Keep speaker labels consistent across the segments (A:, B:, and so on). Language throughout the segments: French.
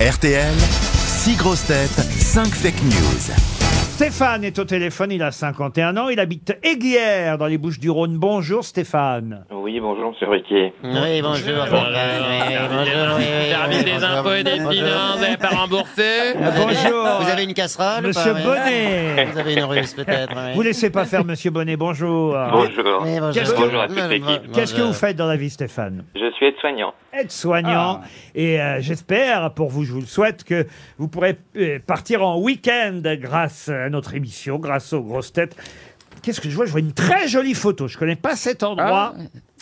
A: RTL, 6 grosses têtes, 5 fake news.
B: Stéphane est au téléphone, il a 51 ans, il habite Aiguière dans les Bouches du Rhône. Bonjour Stéphane.
C: Oui, bonjour, monsieur Riquier.
D: Oui, Hein bonjour. Service euh, des impôts et des finances, vous n'avez pas remboursé
B: Bonjour.
D: Vous avez une casserole ou pas,
B: Monsieur
D: oui
B: Bonnet.
D: Vous avez une ruse peut-être oui.
B: Vous laissez pas faire Monsieur Bonnet, bonjour.
C: Bonjour.
D: Oui, bonjour.
B: Qu'est-ce que-
C: Bonjour à toute l'équipe.
B: Qu'est-ce que vous faites dans la vie Stéphane
C: Je suis aide-soignant.
B: être soignant et euh, j'espère pour vous, je vous le souhaite, que vous pourrez euh, partir en week-end grâce à notre émission, grâce aux grosses têtes. Qu'est-ce que je vois Je vois une très jolie photo. Je connais pas cet endroit.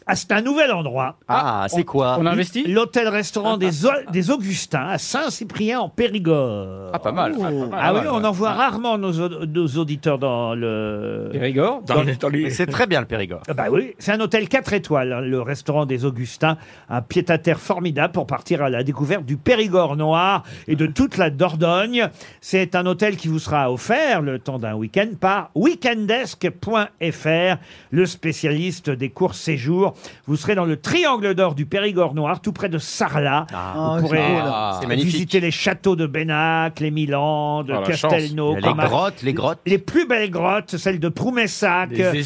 B: Ah, c'est un nouvel endroit.
D: Ah, c'est quoi
E: On investit
B: L'hôtel-restaurant des, O- des Augustins à Saint-Cyprien en Périgord.
E: Ah, pas mal. Ah, pas mal.
B: Ah oui, on en voit rarement nos, au- nos auditeurs dans le...
E: Périgord dans,
D: C'est très bien le Périgord.
B: Ah Bah oui, c'est un hôtel 4 étoiles, hein, le restaurant des Augustins, un pied-à-terre formidable pour partir à la découverte du Périgord noir et de toute la Dordogne. C'est un hôtel qui vous sera offert le temps d'un week-end par weekendesk.fr, le spécialiste des courts séjours. Vous serez dans le triangle d'or du Périgord noir, tout près de Sarlat. vous pourrez
D: Ah, c'est
B: euh,
D: magnifique.
B: visiter les châteaux de Bénac, les Milandes,
E: Ah, la
B: Castelnau,
D: Les
B: Comar-
D: grottes, les grottes.
B: les plus belles grottes, celles de Proumessac,
E: Ah, la
B: euh,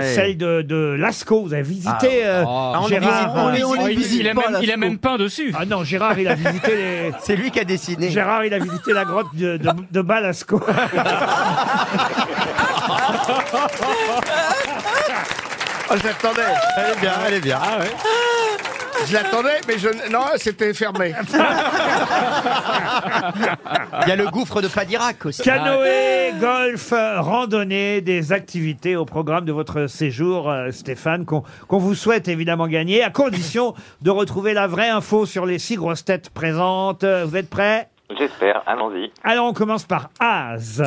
D: chance.
B: celle de, de Lascaux. Vous avez visité euh,
D: Ah, on les
B: Gérard.
D: visite, on les-
B: euh,
D: on les
E: Oh, il,
D: visite
E: il a
D: pas,
E: même,
D: là,
E: il a
D: ce
E: même peint dessus.
B: Ah non, Gérard, il a visité les.
D: C'est lui qui a dessiné.
B: Gérard, il a visité la grotte de, de, de Balasco.
D: Ah, Oh, je l'attendais. Elle est bien, elle est bien.
F: Je l'attendais, mais je... n- Non, c'était fermé.
D: Il y a le gouffre de Padirac aussi.
B: Canoë, golf, euh, randonnée, des activités au programme de votre séjour, euh, Stéphane, qu'on qu'on vous souhaite évidemment gagner, à condition de retrouver la vraie info sur les six grosses têtes présentes. Euh, Vous êtes prêts
C: J'espère, allons-y.
B: Alors, on commence par Az.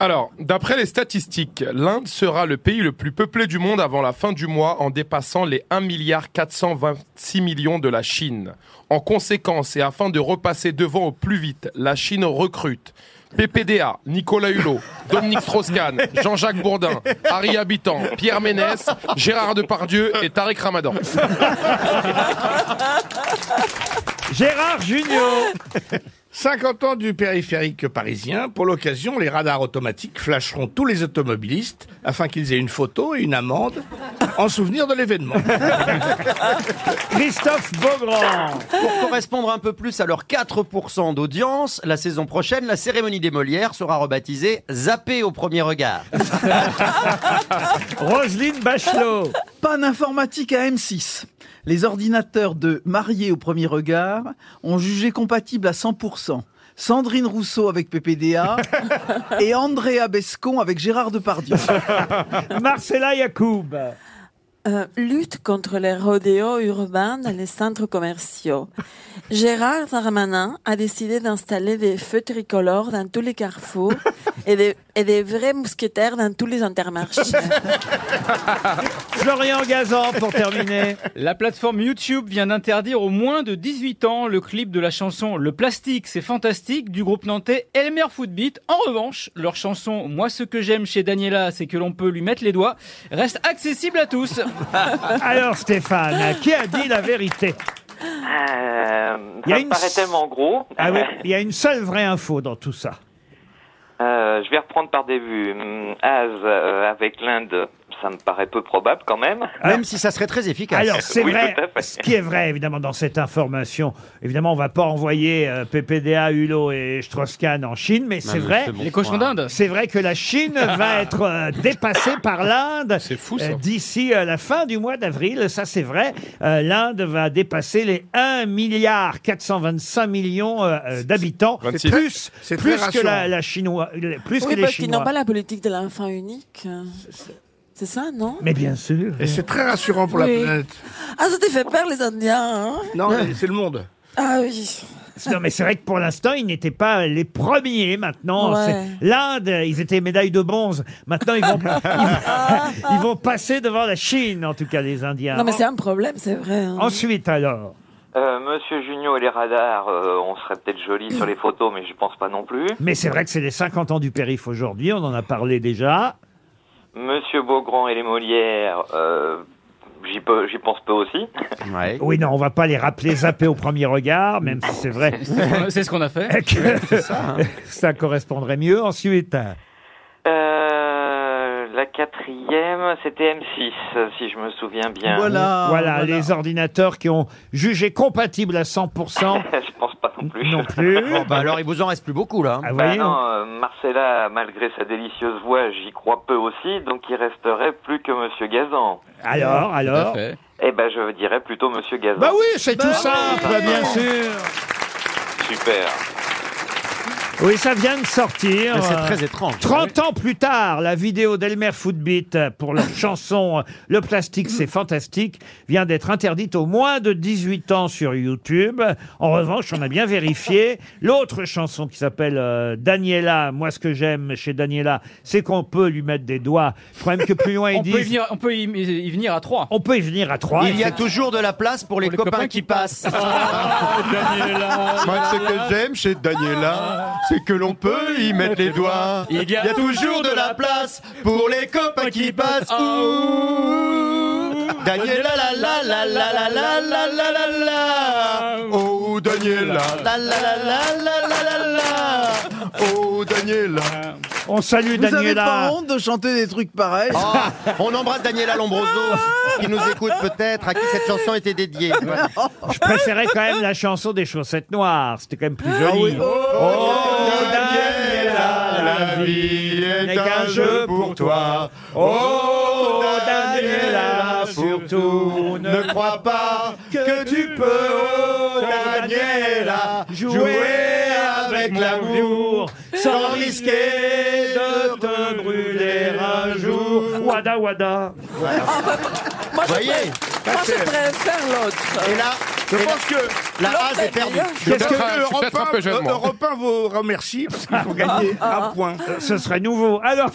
G: Alors, d'après les statistiques, l'Inde sera le pays le plus peuplé du monde avant la fin du mois en dépassant les 1 milliard 426 millions de la Chine. En conséquence, et afin de repasser devant au plus vite, la Chine recrute PPDA, Nicolas Hulot, Dominique Strauss-Kahn, Jean-Jacques Bourdin, Harry Habitant, Pierre Ménès, Gérard Depardieu et Tarek Ramadan.
B: Gérard Junior.
F: 50 ans du périphérique parisien. Pour l'occasion, les radars automatiques flasheront tous les automobilistes afin qu'ils aient une photo et une amende en souvenir de l'événement.
B: Christophe Beaugrand.
D: Pour Ah. correspondre un peu plus à leur 4% d'audience, la saison prochaine, la cérémonie des Molières sera rebaptisée Zappé au premier regard.
B: Roselyne Bachelot.
H: Panne informatique à M6. Les ordinateurs de Mariés au premier regard ont jugé compatible à 100%. Sandrine Rousseau avec PPDA et Andrea Bescon avec Gérard Depardieu.
B: Marcella Yacoub.
I: Euh, lutte contre les rodéos urbains dans les centres commerciaux. Gérard Darmanin a décidé d'installer des feux tricolores dans tous les carrefours et des, et des vrais mousquetaires dans tous les intermarchés.
B: Florian Gazan pour terminer.
E: Ah. La plateforme YouTube vient d'interdire aux moins de 18 ans le clip de la chanson Le plastique, c'est fantastique du groupe nantais Elmer Footbeat. En revanche, leur chanson Moi ce que j'aime chez Daniela, c'est que l'on peut lui mettre les doigts reste accessible à tous.
B: Alors Stéphane, qui a dit la vérité
C: Euh,
B: Il y a
C: ça
B: une
C: me paraît
B: s-
C: tellement gros.
B: Ah oui, il y a une seule vraie info dans tout ça.
C: Euh, je vais reprendre par début. Hum, Az euh, avec l'Inde, ça me paraît peu probable quand même.
D: Même si ça serait très efficace.
B: Alors c'est
C: Oui,
B: vrai,
C: tout à fait.
B: ce qui est vrai évidemment dans cette information, évidemment on va pas envoyer euh, PPDA, Hulot et Strauss-Kahn en Chine, mais c'est vrai.
E: Les cochons d'Inde.
B: C'est vrai que la Chine va être euh, dépassée par l'Inde
G: C'est fou, ça.
B: euh, d'ici euh, la fin du mois d'avril, ça c'est vrai. Euh, L'Inde va dépasser les 1 milliard 425 millions euh, euh, d'habitants,
G: 26.
B: plus,
F: C'est très
B: plus que la,
F: rassurant.
B: la Chinois, le- plus
I: Oui,
B: que les
I: parce qu'ils n'ont
B: Chinois.
I: pas la politique de l'enfant unique. C'est ça, non
B: Mais bien sûr.
F: Et c'est très rassurant pour
I: Oui.
F: la planète.
I: Ah, ça t'a fait peur, les Indiens, hein
F: Non, mais c'est le monde.
I: Ah oui.
B: Non, mais c'est vrai que pour l'instant, ils n'étaient pas les premiers. Maintenant,
I: Ouais.
B: c'est- l'Inde, ils étaient médaille de bronze. Maintenant, ils vont, ils, ils vont passer devant la Chine, en tout cas, les Indiens.
I: Non, mais c'est un problème, c'est vrai. hein.
B: Ensuite, alors.
C: Euh, Monsieur Junio et les radars, euh, on serait peut-être joli sur les photos, mais je pense pas non plus.
B: Mais c'est vrai que c'est les 50 ans du périph' aujourd'hui, on en a parlé déjà.
C: Monsieur Beaugrand et les Molières, euh, j'y peux- j'y pense peu aussi.
D: Ouais.
B: Oui, non, on va pas les rappeler zapper au premier regard, même si c'est vrai
E: Ah, C'est ce qu'on a
B: Eh,
E: fait.
B: que ça correspondrait mieux. Ensuite,
C: Euh, la quatrième, c'était M6, euh, si je me souviens bien.
H: Voilà.
B: voilà, les ordinateurs qui ont jugé compatible à 100%.
C: je pense pas non plus.
B: Non plus.
D: Bon, bah alors il vous en reste plus beaucoup là.
B: Ah, vous
C: Bah
B: voyez,
C: non, euh, Marcella, malgré sa délicieuse voix, j'y crois peu aussi, donc il resterait plus que Monsieur Gazan.
B: Alors, alors.
E: Parfait.
C: Eh ben, je dirais plutôt Monsieur Gazan.
B: Bah oui, c'est tout simple,
C: oui.
B: bien sûr.
C: Super.
B: Oui, ça vient de sortir.
D: Mais C'est
B: euh,
D: très étrange.
B: 30 ans plus tard, la vidéo d'Elmer Footbeat pour leur chanson euh, Le plastique c'est fantastique vient d'être interdite aux moins de 18 ans sur YouTube. En revanche, on a bien vérifié. L'autre chanson qui s'appelle euh, Daniela, moi ce que j'aime chez Daniela, c'est qu'on peut lui mettre des doigts. Le problème que plus loin ils
E: On peut, y
B: disent...
E: venir, on peut y, y venir à trois.
B: On peut y venir à trois.
D: Ah, Il y a toujours de la place pour les, copains, qui passent. Ah,
G: Moi, ce que j'aime chez Daniela, c'est que l'on peut
D: Ah.
G: y mettre les doigts.
E: Il y a
D: toujours de la place pour les copains qui passent. Ah, oh. Ouh. Daniela la la la la la la la la la la.
G: Oh, Daniela,
D: Ah, La la la la la la la la.
G: oh, Daniela.
B: On salue
H: Vous avez pas
B: Daniela.
H: honte de chanter des trucs pareils
D: Ah, on embrasse Daniela Lombroso qui nous écoute peut-être, à qui cette chanson était dédiée.
B: Je préférais quand même la chanson des chaussettes noires. C'était quand même plus joli. Ah Oh, Daniela, la vie est un jeu pour toi. Oh, Daniela, surtout, ne crois pas que tu peux, oh, Daniela, jouer avec l'amour sans risquer de te brûler un jour. Wada, wada.
I: Moi, je,
D: Vous voyez
I: préfère- moi, je préfère l'autre.
D: Et là,
F: Je pense que
D: la
I: L'autre
D: Haze est perdue.
G: Je suis
B: Qu'est-ce que-
G: peut-être un- je suis
F: Europe
G: peut-être un
F: 1,
G: peu jeune,
F: euh,
G: moi.
F: Europe 1 vous remercie parce qu'il faut gagner un point.
B: Ce serait nouveau. Alors,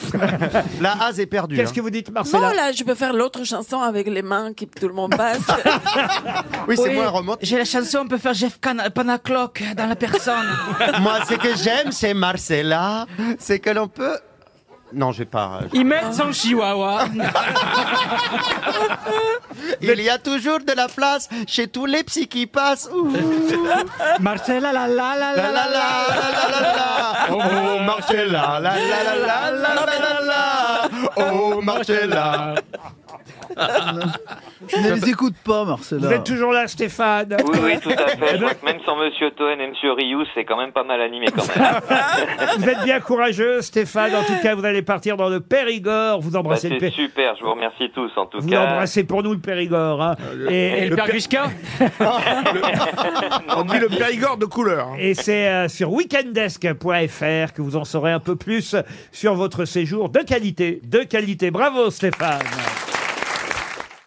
D: La Haze est perdue.
B: qu'est-ce
D: hein.
B: que vous dites,
I: Non,
B: Marcella
I: là, je peux faire l'autre chanson avec les mains qui tout le monde passe.
D: hein. Oui, c'est moins romantique.
E: J'ai la chanson, on peut faire Jeff Panaclock dans la personne.
D: Moi, ce que j'aime chez Marcella, c'est que l'on peut. Non, j'ai pas. euh,
E: Ils mettent son chihuahua.
D: Il y a toujours de la place chez tous les psys qui passent. Ouh.
E: Marcella, la la la
D: La la la la la la la. Oh Marcella, la la la la la la la la. Oh Marcella.
H: Je ne les écoute pas, Marcella.
B: Vous êtes toujours là, Stéphane
C: Oui, oui, tout à
B: Eh
C: fait. Je
B: ben.
C: crois que même sans Monsieur Toen et Monsieur Rioux, c'est quand même pas mal animé quand même.
B: Vous êtes bien courageux, Stéphane. En tout cas, vous allez partir dans le Périgord. Vous
C: Bah,
B: embrassez le
C: c'est
B: Périgord.
C: super, je vous remercie tous en tout
B: Vous
C: cas.
B: l'embrassez pour nous, le Périgord. hein.
F: Euh,
B: Et,
E: Et le père Gushka
F: On dit le Périgord de couleur. hein.
B: et c'est euh, sur weekendesk.fr que vous en saurez un peu plus sur votre séjour de qualité. De qualité. Bravo, Stéphane.